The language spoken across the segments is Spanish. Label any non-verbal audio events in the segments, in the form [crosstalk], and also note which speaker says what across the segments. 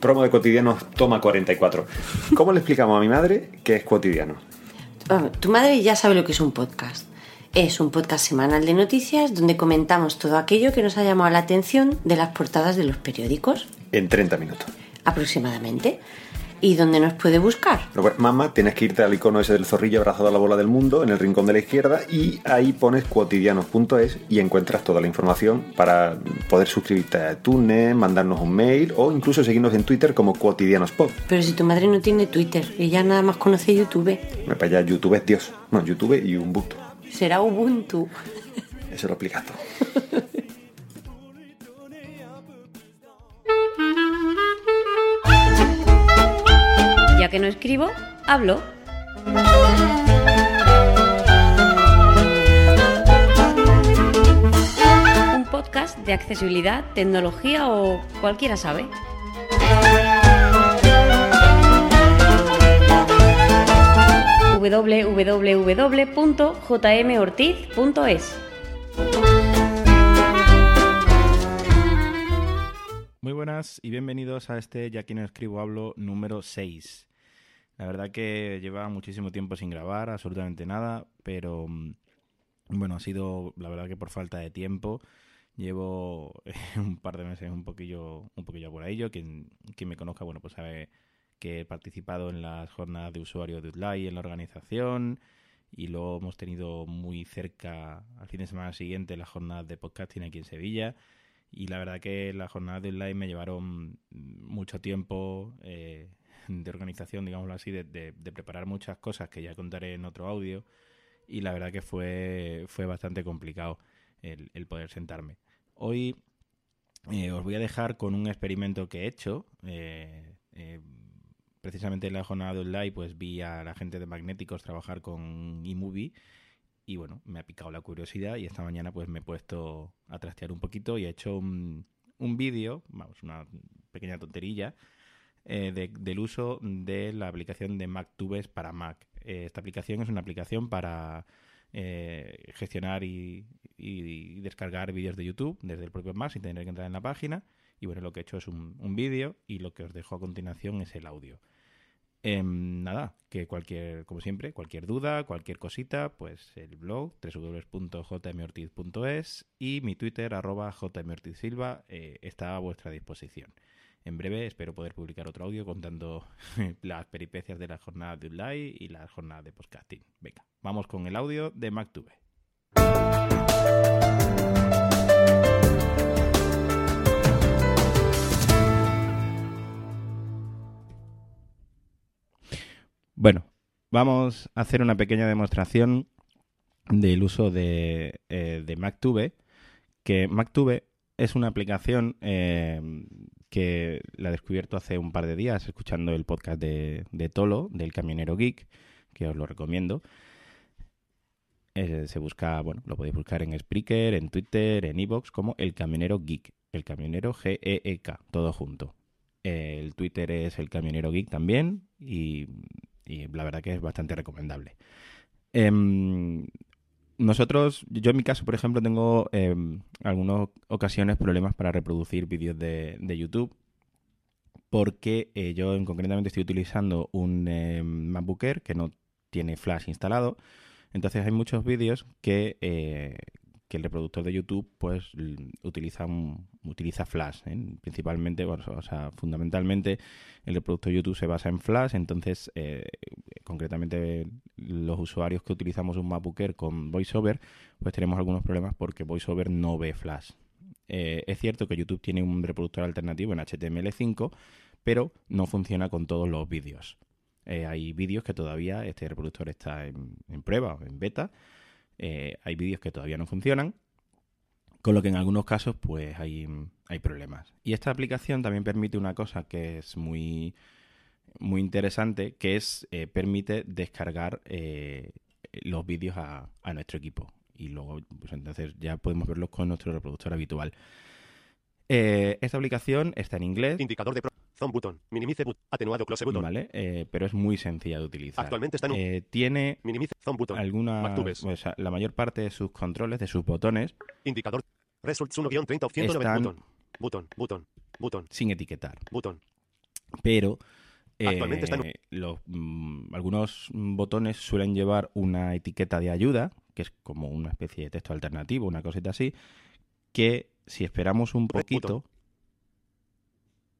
Speaker 1: promo de cotidianos toma 44. ¿Cómo le explicamos a mi madre que es cotidiano?
Speaker 2: Vamos, tu madre ya sabe lo que es un podcast. Es un podcast semanal de noticias donde comentamos todo aquello que nos ha llamado la atención de las portadas de los periódicos,
Speaker 1: En 30 minutos.
Speaker 2: aproximadamente, y donde nos puede buscar.
Speaker 1: No, pues, Mamá, tienes que irte al icono ese del zorrillo abrazado a la bola del mundo en el rincón de la izquierda y ahí pones cotidianos.es y encuentras toda la información para poder suscribirte a iTunes, mandarnos un mail o incluso seguirnos en Twitter como cotidianospod.
Speaker 2: Pero si tu madre no tiene Twitter, ella nada más conoce YouTube,
Speaker 1: Me para allá, YouTube es Dios. Bueno, YouTube y Ubuntu.
Speaker 2: será Ubuntu.
Speaker 1: Eso lo explicas todo.
Speaker 3: Ya que no escribo, hablo. Un podcast de accesibilidad, tecnología o cualquiera sabe. www.jmortiz.es
Speaker 4: Muy buenas y bienvenidos a este Ya aquí no escribo hablo número 6. La verdad que lleva muchísimo tiempo sin grabar, absolutamente nada, pero mm, bueno, ha sido la verdad que por falta de tiempo. Llevo [laughs] un par de meses un poquillo, un poquillo por ello. Quien, quien me conozca, bueno, pues sabe que he participado en las jornadas de usuario de Utlai en la organización y luego hemos tenido muy cerca al fin de semana siguiente las jornadas de podcasting aquí en Sevilla. Y la verdad que las jornadas de online me llevaron mucho tiempo eh, de organización, digámoslo así, de, de- de preparar muchas cosas que ya contaré en otro audio. Y la verdad que fue, fue bastante complicado el, el poder sentarme. Hoy eh, os voy a dejar con un experimento que he hecho. eh, eh, precisamente en la jornada de online pues vi a la gente de Magnéticos trabajar con eMovie y bueno, me ha picado la curiosidad y esta mañana pues me he puesto a trastear un poquito y he hecho un, un vídeo, vamos, una pequeña tonterilla, eh, de- del uso de la aplicación de MacTubes para Mac. Eh, esta aplicación es una aplicación para eh, gestionar y, y descargar vídeos de YouTube desde el propio Mac sin tener que entrar en la página. Y bueno, lo que he hecho es un, un vídeo y lo que os dejo a continuación es el audio. Em, nada, que cualquier, como siempre, cualquier duda, cualquier cosita, pues el blog www.jmortiz.es y mi Twitter arroba jmortizsilva eh, está a vuestra disposición. En breve espero poder publicar otro audio contando [laughs] las peripecias de las jornadas de Ulay y las jornadas de podcasting. Venga, vamos con el audio de MacTube. Bueno, vamos a hacer una pequeña demostración del uso de, eh, de MacTube, que MacTube es una aplicación eh, que la he descubierto hace un par de días escuchando el podcast de, de Tolo, del Camionero Geek, que os lo recomiendo. Eh, se busca, bueno, lo podéis buscar en Spreaker, en Twitter, en Evox, como El Camionero Geek, El Camionero G-E-E-K, todo junto. El Twitter es El Camionero Geek también y y la verdad que es bastante recomendable. Em, nosotros, yo en mi caso, por ejemplo, tengo em, algunas ocasiones problemas para reproducir vídeos de, de YouTube porque eh, yo en- concretamente estoy utilizando un em, MacBook Air que no tiene flash instalado. Entonces hay muchos vídeos que, eh, que el reproductor de YouTube pues l- utiliza, un- utiliza flash. ¿eh? Principalmente, bueno, o sea, fundamentalmente el reproductor YouTube se basa en Flash, entonces eh, concretamente los usuarios que utilizamos un MacBook Air con VoiceOver, pues tenemos algunos problemas porque VoiceOver no ve Flash. Eh, es cierto que YouTube tiene un reproductor alternativo en HTML5, pero no funciona con todos los vídeos. Eh, hay vídeos que todavía este reproductor está en, en prueba, en beta. Eh, hay vídeos que todavía no funcionan con lo que en algunos casos pues hay, hay problemas. Y esta aplicación también permite una cosa que es muy, muy interesante, que es eh, permite descargar eh, los vídeos a, a nuestro equipo. Y luego, pues entonces ya podemos verlos con nuestro reproductor habitual. Eh, esta aplicación está en inglés,
Speaker 5: Indicador de pro. Zoom button. Minimice but. Atenuado close button.
Speaker 4: ¿vale? Eh, pero es muy sencilla de utilizar.
Speaker 5: Actualmente está en un-
Speaker 4: Eh, tiene
Speaker 5: Minimice. Zoom button.
Speaker 4: algunas,
Speaker 5: MacTubes.
Speaker 4: o sea, la mayor parte de sus controles, de sus botones,
Speaker 5: Indicador. Results 1-30 o 190
Speaker 4: Están-
Speaker 5: button. Button. Button. Button.
Speaker 4: sin etiquetar.
Speaker 5: Button.
Speaker 4: pero
Speaker 5: Actualmente está en-
Speaker 4: eh, los, mm, algunos botones suelen llevar una etiqueta de ayuda, que es como una especie de texto alternativo, una cosita así, que si esperamos un
Speaker 5: Botón.
Speaker 4: poquito,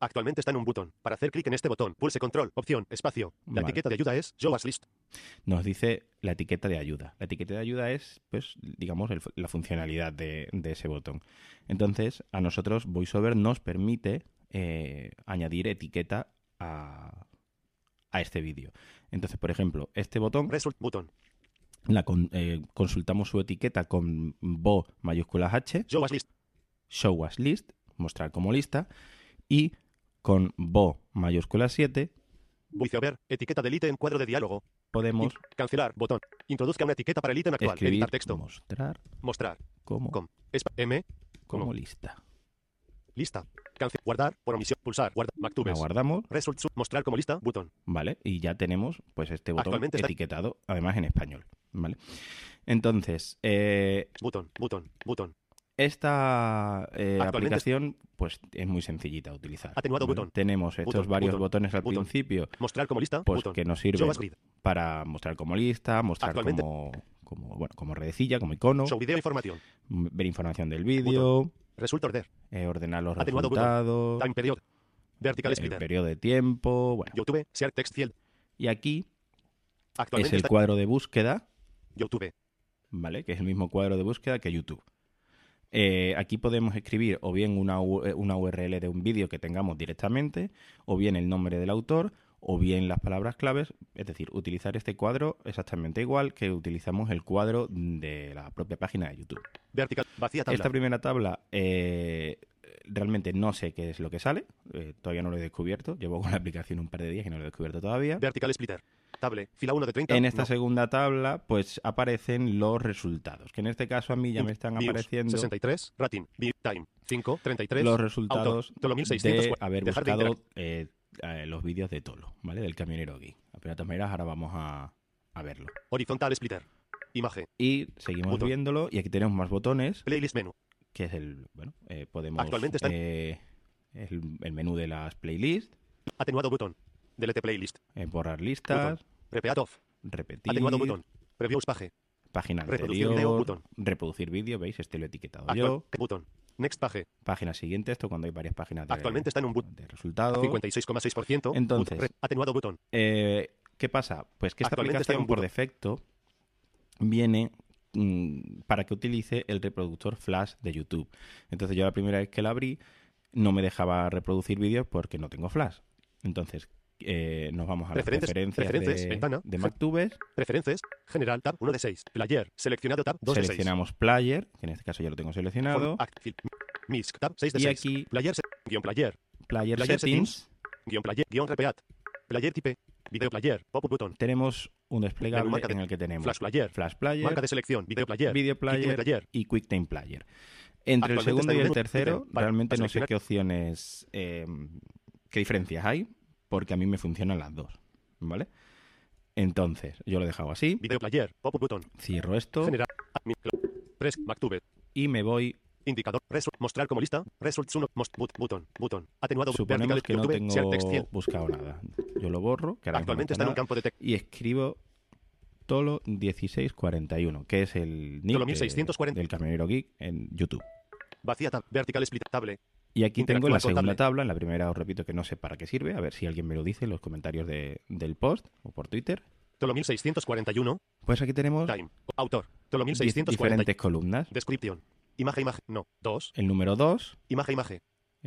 Speaker 5: Actualmente está en un botón. Para hacer clic en este botón, pulse control, opción, espacio. La
Speaker 4: Vale.
Speaker 5: etiqueta de ayuda es Joe List.
Speaker 4: nos dice la etiqueta de ayuda. La etiqueta de ayuda es, pues, digamos, el fu- la funcionalidad de, de ese botón. Entonces, a nosotros VoiceOver nos permite eh, añadir etiqueta a, a este vídeo. Entonces, por ejemplo, este botón
Speaker 5: Result botón.
Speaker 4: la con- eh, consultamos su etiqueta con bo mayúsculas h,
Speaker 5: Joe List.
Speaker 4: show as list, mostrar como lista, y con bo mayúsculas 7
Speaker 5: VoiceOver. Etiqueta del ítem cuadro de diálogo.
Speaker 4: podemos
Speaker 5: In- cancelar botón. Introduzca una etiqueta para el ítem actual.
Speaker 4: escribir
Speaker 5: Editar texto.
Speaker 4: mostrar
Speaker 5: Mostrar.
Speaker 4: como,
Speaker 5: Com. Espa- M.
Speaker 4: como
Speaker 5: como.
Speaker 4: lista.
Speaker 5: Lista. Cancelar. Guardar. Por omisión. Pulsar. Guardar.
Speaker 4: La
Speaker 5: Mactubes.
Speaker 4: guardamos,
Speaker 5: Result sub. Mostrar como lista. Botón.
Speaker 4: ¿vale? Y ya tenemos pues este botón
Speaker 5: Actualmente está-
Speaker 4: etiquetado, además en español, ¿vale? Entonces, eh,
Speaker 5: Botón. Botón. Botón.
Speaker 4: Esta eh,
Speaker 5: Actualmente-
Speaker 4: aplicación pues es muy sencillita de utilizar.
Speaker 5: Atenuado
Speaker 4: ¿vale?
Speaker 5: botón.
Speaker 4: Tenemos estos
Speaker 5: Botón,
Speaker 4: varios
Speaker 5: botón,
Speaker 4: botones al
Speaker 5: botón.
Speaker 4: principio
Speaker 5: Mostrar como lista.
Speaker 4: pues
Speaker 5: botón.
Speaker 4: que nos
Speaker 5: Joe
Speaker 4: sirven
Speaker 5: Grid.
Speaker 4: para mostrar como lista, mostrar
Speaker 5: Actualmente-
Speaker 4: como, como, bueno, como redecilla, como icono,
Speaker 5: Show video información.
Speaker 4: m- ver información del vídeo,
Speaker 5: Result order.
Speaker 4: eh, ordenar los
Speaker 5: Atenuado botón.
Speaker 4: resultados,
Speaker 5: Time period. Vertical
Speaker 4: el
Speaker 5: splitter.
Speaker 4: periodo de tiempo, bueno.
Speaker 5: YouTube. Share text field.
Speaker 4: Y aquí es
Speaker 5: Actualmente
Speaker 4: el
Speaker 5: está.
Speaker 4: cuadro de búsqueda,
Speaker 5: YouTube.
Speaker 4: ¿vale? Que es el mismo cuadro de búsqueda que YouTube. Eh, aquí podemos escribir o bien una, U- eh, una URL de un vídeo que tengamos directamente, o bien el nombre del autor, o bien las palabras claves, es decir, utilizar este cuadro exactamente igual que utilizamos el cuadro de la propia página de YouTube.
Speaker 5: Vertical. Vacía tabla.
Speaker 4: Esta primera tabla eh, realmente no sé qué es lo que sale, eh, todavía no lo he descubierto, llevo con la aplicación un par de días y no lo he descubierto todavía.
Speaker 5: Vertical splitter. Table. Fila 1 de 30.
Speaker 4: En esta
Speaker 5: No.
Speaker 4: segunda tabla, pues aparecen los resultados, que en este caso a mí ya me están
Speaker 5: Views,
Speaker 4: apareciendo
Speaker 5: 63, rating, view time, 5, 33.
Speaker 4: los resultados
Speaker 5: Autor, Tolo
Speaker 4: de
Speaker 5: 1604,
Speaker 4: haber
Speaker 5: dejar de
Speaker 4: buscado eh, eh, los vídeos de Tolo, ¿vale? Del camionero Gui. Pero de todas maneras, ahora vamos a, a verlo.
Speaker 5: Horizontal splitter. Imagen.
Speaker 4: Y seguimos
Speaker 5: Botón.
Speaker 4: viéndolo, y aquí tenemos más botones,
Speaker 5: Playlist menú.
Speaker 4: que es el, bueno, eh, podemos...
Speaker 5: Actualmente está en-
Speaker 4: eh, el, el menú de las playlists,
Speaker 5: Atenuado botón. Delete playlist.
Speaker 4: eh, borrar listas,
Speaker 5: Repeat off.
Speaker 4: repetir,
Speaker 5: Atenuado botón. Previews page.
Speaker 4: página
Speaker 5: Reproducir
Speaker 4: anterior,
Speaker 5: video, botón.
Speaker 4: reproducir vídeo, ¿veis? Este lo he etiquetado
Speaker 5: Actual
Speaker 4: yo.
Speaker 5: botón. Next page.
Speaker 4: Página siguiente, esto cuando hay varias páginas de,
Speaker 5: Actualmente está en un botón.
Speaker 4: de resultados.
Speaker 5: 56,6%.
Speaker 4: Entonces.
Speaker 5: Botón. Re- Atenuado botón.
Speaker 4: Eh, ¿Qué pasa? Pues que esta
Speaker 5: Actualmente está
Speaker 4: aplicación
Speaker 5: en un
Speaker 4: por
Speaker 5: botón.
Speaker 4: defecto viene mm, para que utilice el reproductor flash de YouTube. Entonces yo la primera vez que la abrí no me dejaba reproducir vídeos porque no tengo flash. Entonces eh, nos vamos a las
Speaker 5: Referentes,
Speaker 4: preferencias
Speaker 5: referentes,
Speaker 4: de,
Speaker 5: ventana,
Speaker 4: de
Speaker 5: gen-
Speaker 4: MacTubes,
Speaker 5: Preferencias. General tab 1 de 6. Player. Seleccionado tab 2 de ah, 6.
Speaker 4: seleccionamos player, que en este caso ya lo tengo seleccionado,
Speaker 5: Act, fil- misc tab 6 de
Speaker 4: Y
Speaker 5: 6.
Speaker 4: aquí-
Speaker 5: Player. se- Guión player.
Speaker 4: player, settings,
Speaker 5: player settings, Guión player. Guión repeat. Player type. Video player. Pop-up botón.
Speaker 4: tenemos un desplegable
Speaker 5: Menú marca de-
Speaker 4: en el que tenemos
Speaker 5: Flash player.
Speaker 4: flash player,
Speaker 5: Marca de selección, video player,
Speaker 4: Video
Speaker 5: Ultimate
Speaker 4: Player,
Speaker 5: player,
Speaker 4: y QuickTime Player. Entre el
Speaker 5: Actualmente
Speaker 4: segundo
Speaker 5: está
Speaker 4: y el
Speaker 5: en un
Speaker 4: tercero,
Speaker 5: ítem para
Speaker 4: realmente no sé
Speaker 5: seleccionar.
Speaker 4: qué opciones, eh, qué diferencias hay, porque a mí me funcionan las dos, ¿vale? Entonces, yo lo he dejado así,
Speaker 5: video player, pop-up botón,
Speaker 4: cierro esto
Speaker 5: general, admin, cl- press, Mactube,
Speaker 4: y me voy,
Speaker 5: indicador, result, mostrar como lista, results 1, most, but, botón, botón, atenuado,
Speaker 4: suponemos
Speaker 5: vertical,
Speaker 4: que no
Speaker 5: YouTube, share text
Speaker 4: tengo
Speaker 5: 100.
Speaker 4: buscado nada. Yo lo borro, que ahora mismo no
Speaker 5: Actualmente
Speaker 4: está
Speaker 5: está en un
Speaker 4: nada,
Speaker 5: campo de texto,
Speaker 4: y escribo Tolo 1641, que es el nick de-
Speaker 5: Tolo 1640.
Speaker 4: del Camionero Geek en YouTube.
Speaker 5: vacía tab, vertical split, table,
Speaker 4: Y aquí tengo
Speaker 5: Interactúa
Speaker 4: la
Speaker 5: con
Speaker 4: segunda
Speaker 5: tablet.
Speaker 4: tabla, en la primera os repito que no sé para qué sirve, a ver si alguien me lo dice en los comentarios de- del post o por Twitter.
Speaker 5: tolo 1641,
Speaker 4: Pues aquí tenemos
Speaker 5: time, autor, tolo
Speaker 4: di-
Speaker 5: 1641,
Speaker 4: diferentes columnas.
Speaker 5: description, imagen, imagen, no, 2,
Speaker 4: El número 2,
Speaker 5: imagen, imagen,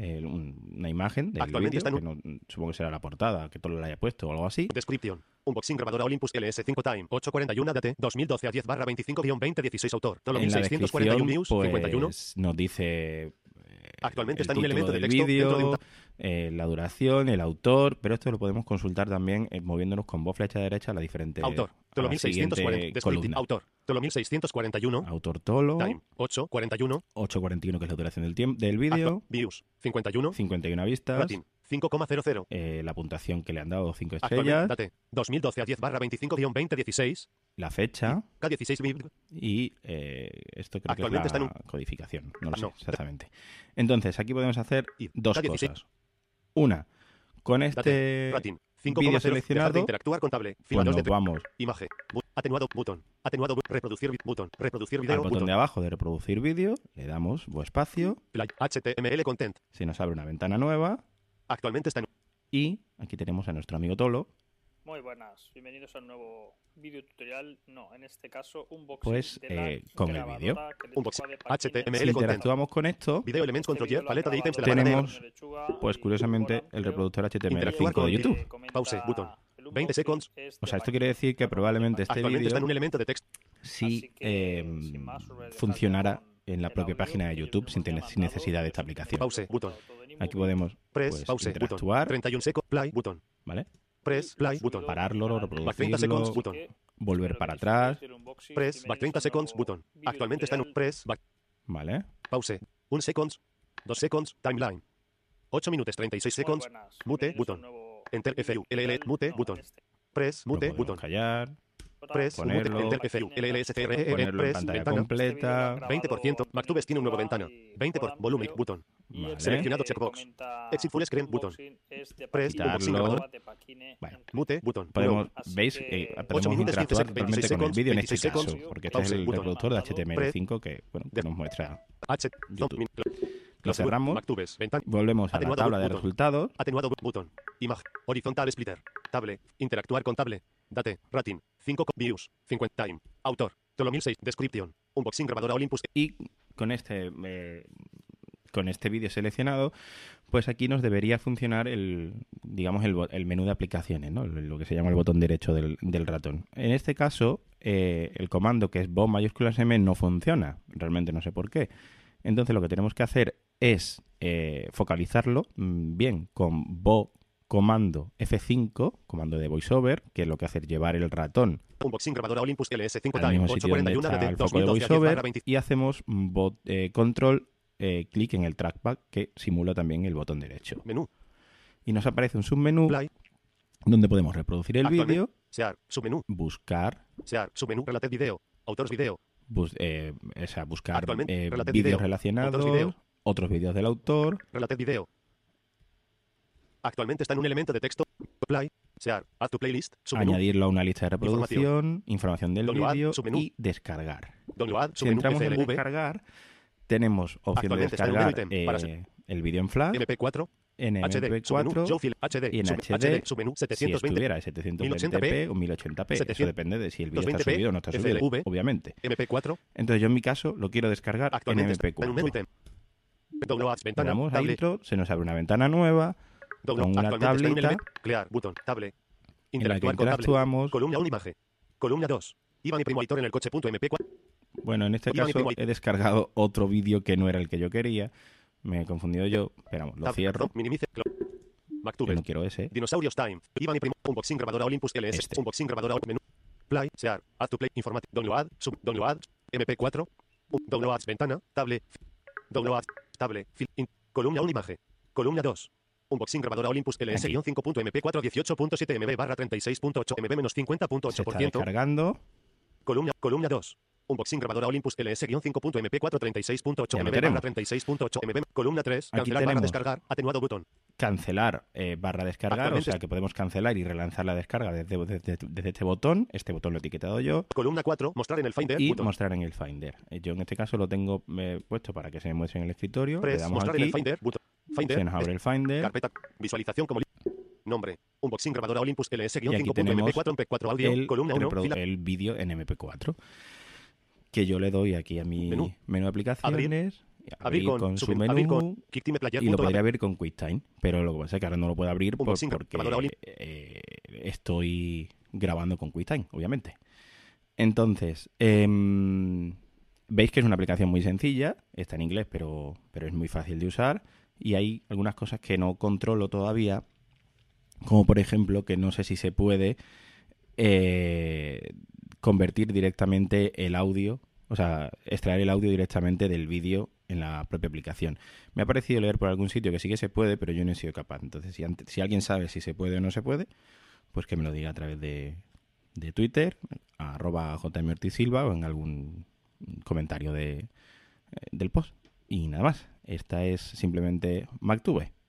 Speaker 4: una imagen del
Speaker 5: Actualmente
Speaker 4: vídeo,
Speaker 5: está en
Speaker 4: que no- supongo que será la portada, que todo lo haya puesto o algo así.
Speaker 5: description. Unboxing grabadora Olympus LS5 Time 841 DT 2012 a 10 barra 25 20 16 autor Tolo
Speaker 4: En la
Speaker 5: 1641
Speaker 4: descripción,
Speaker 5: Muse 51
Speaker 4: pues, nos dice eh,
Speaker 5: Actualmente
Speaker 4: el
Speaker 5: está en un
Speaker 4: título
Speaker 5: elemento de
Speaker 4: del
Speaker 5: texto
Speaker 4: vídeo,
Speaker 5: dentro de un
Speaker 4: eh, la duración, el autor, pero esto lo podemos consultar también eh, moviéndonos con voz flecha derecha a la diferente
Speaker 5: Autor,
Speaker 4: eh, a
Speaker 5: Tolo
Speaker 4: la siguiente
Speaker 5: 1640. Descripti-
Speaker 4: columna.
Speaker 5: este
Speaker 4: Ah.
Speaker 5: Autor, Tolo 1641.
Speaker 4: Autor Tolo,
Speaker 5: Time, 8, 41.
Speaker 4: 8.41 que es la duración del, tiempo, del vídeo,
Speaker 5: Actua- Views, 51.
Speaker 4: 51 vistas,
Speaker 5: Rating, 5,00.
Speaker 4: eh, la puntuación que le han dado 5
Speaker 5: Actualmente,
Speaker 4: estrellas,
Speaker 5: date, 2012 a 10 barra 25 guión 20 16.
Speaker 4: la fecha
Speaker 5: K16 mil.
Speaker 4: y eh, esto creo que es la
Speaker 5: Actualmente está en un-
Speaker 4: codificación, no lo
Speaker 5: Ah,
Speaker 4: sé
Speaker 5: no.
Speaker 4: exactamente. Entonces, aquí podemos hacer
Speaker 5: Y
Speaker 4: dos
Speaker 5: está 16.
Speaker 4: cosas. Una, Con
Speaker 5: Date.
Speaker 4: este
Speaker 5: Rating.
Speaker 4: vídeo
Speaker 5: 5,0. Dejar
Speaker 4: seleccionado.
Speaker 5: de interactuar con cable. Fila
Speaker 4: pues
Speaker 5: 2 de
Speaker 4: nos
Speaker 5: tec-
Speaker 4: vamos
Speaker 5: Imagen. Bu- atenuado. Botón. Atenuado. bu- Reproducir. vi- Botón. Reproducir
Speaker 4: al
Speaker 5: video.
Speaker 4: botón
Speaker 5: Botón.
Speaker 4: de abajo de reproducir vídeo, le damos o espacio,
Speaker 5: Play. HTML content.
Speaker 4: se nos abre una ventana nueva
Speaker 5: Actualmente está en
Speaker 4: y aquí tenemos a nuestro amigo Tolo.
Speaker 6: Muy buenas, bienvenidos a un nuevo video tutorial. No, en este caso, un box
Speaker 4: Pues, eh, con el vídeo.
Speaker 5: Unboxing. HTML
Speaker 4: Si
Speaker 5: content.
Speaker 4: interactuamos con esto,
Speaker 5: Este Video Elements Control Y, E, paleta de ítems de la
Speaker 4: Tenemos,
Speaker 5: panadera.
Speaker 4: pues curiosamente el reproductor
Speaker 5: Interactuar
Speaker 4: HTML5
Speaker 5: con
Speaker 4: de
Speaker 5: el
Speaker 4: YouTube.
Speaker 5: Pause, button. 20 seconds.
Speaker 6: este
Speaker 4: O sea, esto quiere decir que probablemente este
Speaker 5: Actualmente está en
Speaker 4: vídeo
Speaker 5: un elemento de texto.
Speaker 4: sí
Speaker 6: Así que,
Speaker 4: eh,
Speaker 6: sin más, sobre el
Speaker 4: funcionara
Speaker 6: detalle con
Speaker 4: en la
Speaker 6: el
Speaker 4: propia
Speaker 6: audio,
Speaker 4: página de
Speaker 6: que
Speaker 4: YouTube
Speaker 6: YouTube
Speaker 4: sin,
Speaker 6: nos ha
Speaker 4: tener- sin
Speaker 6: mandado,
Speaker 4: necesidad de esta
Speaker 5: Pau-
Speaker 4: aplicación.
Speaker 5: Pause, botón.
Speaker 4: Aquí podemos
Speaker 5: Press.
Speaker 4: pues,
Speaker 5: pause. Button.
Speaker 4: interactuar,
Speaker 5: 31 seconds. Play. Botón.
Speaker 4: ¿vale?
Speaker 5: Press. Play. Botón.
Speaker 4: Pararlo,
Speaker 5: Back 30 seconds.
Speaker 4: reproducirlo,
Speaker 5: Button.
Speaker 4: volver para atrás,
Speaker 5: Press. Back 30 seconds. Botón. Actualmente está en un. Press. Back.
Speaker 4: ¿vale?
Speaker 5: Pause. 1 seconds. 2 seconds. Timeline. 8 minutos 36 seconds. Mute, button. Enter FU, LL, mute, button. Press.
Speaker 4: Lo
Speaker 5: Mute.
Speaker 4: podemos
Speaker 5: Botón.
Speaker 4: callar,
Speaker 5: Press. Mute.
Speaker 4: Ponerlo.
Speaker 5: Enter FU, LL, STRE.
Speaker 4: ponerlo en
Speaker 5: E, Press.
Speaker 4: pantalla
Speaker 5: Ventana.
Speaker 4: completa,
Speaker 5: 20%. MacTubes tiene un nuevo ventana. 20%. Volume. Botón.
Speaker 4: ¿vale?
Speaker 5: Seleccionado checkbox. Exit full screen, button. Press.
Speaker 6: Press.
Speaker 4: Unboxing grabador. Bueno.
Speaker 5: Mute. Botón.
Speaker 4: Podemos,
Speaker 6: Así
Speaker 4: ¿veis?
Speaker 6: que-
Speaker 4: Eh,
Speaker 6: Ocho
Speaker 4: podemos
Speaker 5: minutos,
Speaker 4: interactuar
Speaker 5: 15
Speaker 4: totalmente con el
Speaker 5: segundos,
Speaker 4: vídeo en este
Speaker 5: 26
Speaker 4: caso,
Speaker 5: segundos.
Speaker 4: porque este es
Speaker 5: Pause,
Speaker 4: el
Speaker 5: botón.
Speaker 4: reproductor de HTML5 que bueno, que nos muestra.
Speaker 5: H.
Speaker 4: YouTube.
Speaker 5: Min-
Speaker 4: Lo cerramos,
Speaker 5: MacTubes. Ventana.
Speaker 4: volvemos a la
Speaker 5: Atenuado,
Speaker 4: tabla de
Speaker 5: botón.
Speaker 4: resultados,
Speaker 5: Atenuado bu- botón. Imagen. Horizontal splitter. Table. Interactuar con table. Date. Rating. 5 views. 50 time. Autor. Tolo 1006. Description. Unboxing grabadora Olympus.
Speaker 4: Y con este eh, con este vídeo seleccionado, pues aquí nos debería funcionar el digamos el, bo- el menú de aplicaciones, ¿no? Lo que se llama el botón derecho del, del ratón. En este caso, eh, el comando que es BOM mayúsculas M no funciona. Realmente no sé por qué. Entonces lo que tenemos que hacer es eh, focalizarlo mm, bien con BO comando F5, comando de voiceover, que lo que hace es llevar el ratón
Speaker 5: E- Unboxing grabadora Olympus LS5
Speaker 4: al
Speaker 5: time.
Speaker 4: mismo sitio donde
Speaker 5: 841
Speaker 4: está
Speaker 5: date.
Speaker 4: el foco de
Speaker 5: 2012 a 10 barra
Speaker 4: voiceover
Speaker 5: 25.
Speaker 4: y hacemos bot- eh, control eh, clic en el trackpad que simula también el botón derecho.
Speaker 5: Menú.
Speaker 4: Y nos aparece un submenú
Speaker 5: Play.
Speaker 4: donde podemos reproducir el
Speaker 5: Actualmente.
Speaker 4: vídeo,
Speaker 5: Sear. Submenú.
Speaker 4: buscar,
Speaker 5: Sear. Submenú. Related video. Autores video.
Speaker 4: bus- eh, o sea, buscar
Speaker 5: Actualmente,
Speaker 4: eh,
Speaker 5: relate video,
Speaker 4: vídeos
Speaker 5: otros
Speaker 4: relacionados,
Speaker 5: vídeos.
Speaker 4: otros vídeos del autor,
Speaker 5: Related video. Actualmente está en un elemento de texto. Play. Sear. Add to playlist. Submenú.
Speaker 4: añadirlo a una lista de reproducción, información, del
Speaker 5: Download,
Speaker 4: vídeo
Speaker 5: submenú.
Speaker 4: y descargar.
Speaker 5: Download.
Speaker 4: Si
Speaker 5: Submenú.
Speaker 4: entramos en
Speaker 5: FLV,
Speaker 4: descargar, tenemos opción de
Speaker 5: Actualmente está en un menú
Speaker 4: descargar
Speaker 5: ítem para
Speaker 4: eh, el vídeo en flash,
Speaker 5: MP4.
Speaker 4: en
Speaker 5: HD. Submenú.
Speaker 4: MP4
Speaker 5: Joe Phil, HD.
Speaker 4: y en
Speaker 5: sub-
Speaker 4: HD,
Speaker 5: Submenú.
Speaker 4: si
Speaker 5: 720.
Speaker 4: estuviera 720p o 1080p. Eso
Speaker 5: 700,
Speaker 4: depende de si el vídeo está
Speaker 5: 220p,
Speaker 4: subido o no está subido,
Speaker 5: FLV.
Speaker 4: obviamente.
Speaker 5: MP4.
Speaker 4: Entonces yo en mi caso lo quiero descargar en
Speaker 5: Actualmente está en un menú
Speaker 4: MP4.
Speaker 5: ítem. Downloads,
Speaker 4: Le
Speaker 5: ventana,
Speaker 4: damos a
Speaker 5: table,
Speaker 4: intro, se nos abre una ventana nueva
Speaker 5: download,
Speaker 4: con una
Speaker 5: actualmente está en un
Speaker 4: tablita.
Speaker 5: elemento, crear, botón, table,
Speaker 4: en la que
Speaker 5: interactuar con table,
Speaker 4: interactuamos.
Speaker 5: columna 1 imagen, columna 2, Iván y Primo Aitor en el coche.mp4,
Speaker 4: Bueno, en este
Speaker 5: Iba mi
Speaker 4: caso
Speaker 5: primo ahí.
Speaker 4: he descargado otro vídeo que no era el que yo quería. Me he confundido yo. Esperamos, lo
Speaker 5: tab,
Speaker 4: cierro.
Speaker 5: tab, minimice, clo-
Speaker 4: que
Speaker 5: Mactube,
Speaker 4: no quiero ese.
Speaker 5: Dinosaurios Time, Iván y Primo, unboxing grabadora Olympus LS,
Speaker 4: Este.
Speaker 5: unboxing grabadora menú, play, share, add to play, informati, download, sub, download, mp4, un- downloads, ventana, table, downloads, table, fil- in- columna 1 imagen, columna 2. Unboxing grabadora Olympus LS-5.mp4 18.7 MB barra 36.8 MB menos
Speaker 4: Se está
Speaker 5: 50.8%.
Speaker 4: descargando.
Speaker 5: Columna, columna 2. Unboxing grabadora Olympus
Speaker 4: Ya
Speaker 5: LS-5.mp4 36.8
Speaker 4: lo
Speaker 5: MB
Speaker 4: tenemos.
Speaker 5: barra 36.8 MB. Columna 3.
Speaker 4: Aquí
Speaker 5: Cancelar barra
Speaker 4: tenemos.
Speaker 5: descargar. Atenuado botón.
Speaker 4: cancelar eh, barra descargar, o
Speaker 5: Actualmente
Speaker 4: sea que podemos cancelar y relanzar la descarga desde, desde- desde este botón. Este botón lo he etiquetado yo.
Speaker 5: Columna 4. Mostrar en el Finder.
Speaker 4: Y
Speaker 5: botón.
Speaker 4: mostrar en el Finder. Eh, Yo en este caso lo tengo eh, puesto para que se me muestre en el escritorio. Le
Speaker 5: Press.
Speaker 4: damos
Speaker 5: Mostrar en
Speaker 4: aquí,
Speaker 5: el Finder. botón. Finder.
Speaker 4: se nos abre el Finder,
Speaker 5: Carpeta. Visualización como li- Nombre. Unboxing grabadora Olympus
Speaker 4: tenemos
Speaker 5: LS-5.mp4 MP4 audio.
Speaker 4: el,
Speaker 5: columna 1.
Speaker 4: reprodu-
Speaker 5: Fila.
Speaker 4: el vídeo en MP4. Que yo le doy aquí a mi menú,
Speaker 5: Menú.
Speaker 4: de aplicaciones, abrir,
Speaker 5: Abrir con,
Speaker 4: con su
Speaker 5: submen-
Speaker 4: menú
Speaker 5: Abrir con Kicktime Player.
Speaker 4: y lo
Speaker 5: punto-
Speaker 4: podría abrir con QuickTime. Pero lo que pasa es que ahora no lo puedo abrir por-
Speaker 5: Unboxing,
Speaker 4: porque
Speaker 5: grabadora Olim-
Speaker 4: eh, estoy grabando con QuickTime, obviamente. Entonces, em, veis que es una aplicación muy sencilla, está en inglés, pero, pero es muy fácil de usar. Y hay algunas cosas que no controlo todavía, como por ejemplo que no sé si se puede eh, convertir directamente el audio, o sea, extraer el audio directamente del vídeo en la propia aplicación. Me ha parecido leer por algún sitio que sí que se puede, pero yo no he sido capaz. Entonces, si, ante- si alguien sabe si se puede o no se puede, pues que me lo diga a través de, de Twitter, arroba JM Ortiz Silva o en algún comentario de, eh, del post. Y nada más. Esta es simplemente MacTube.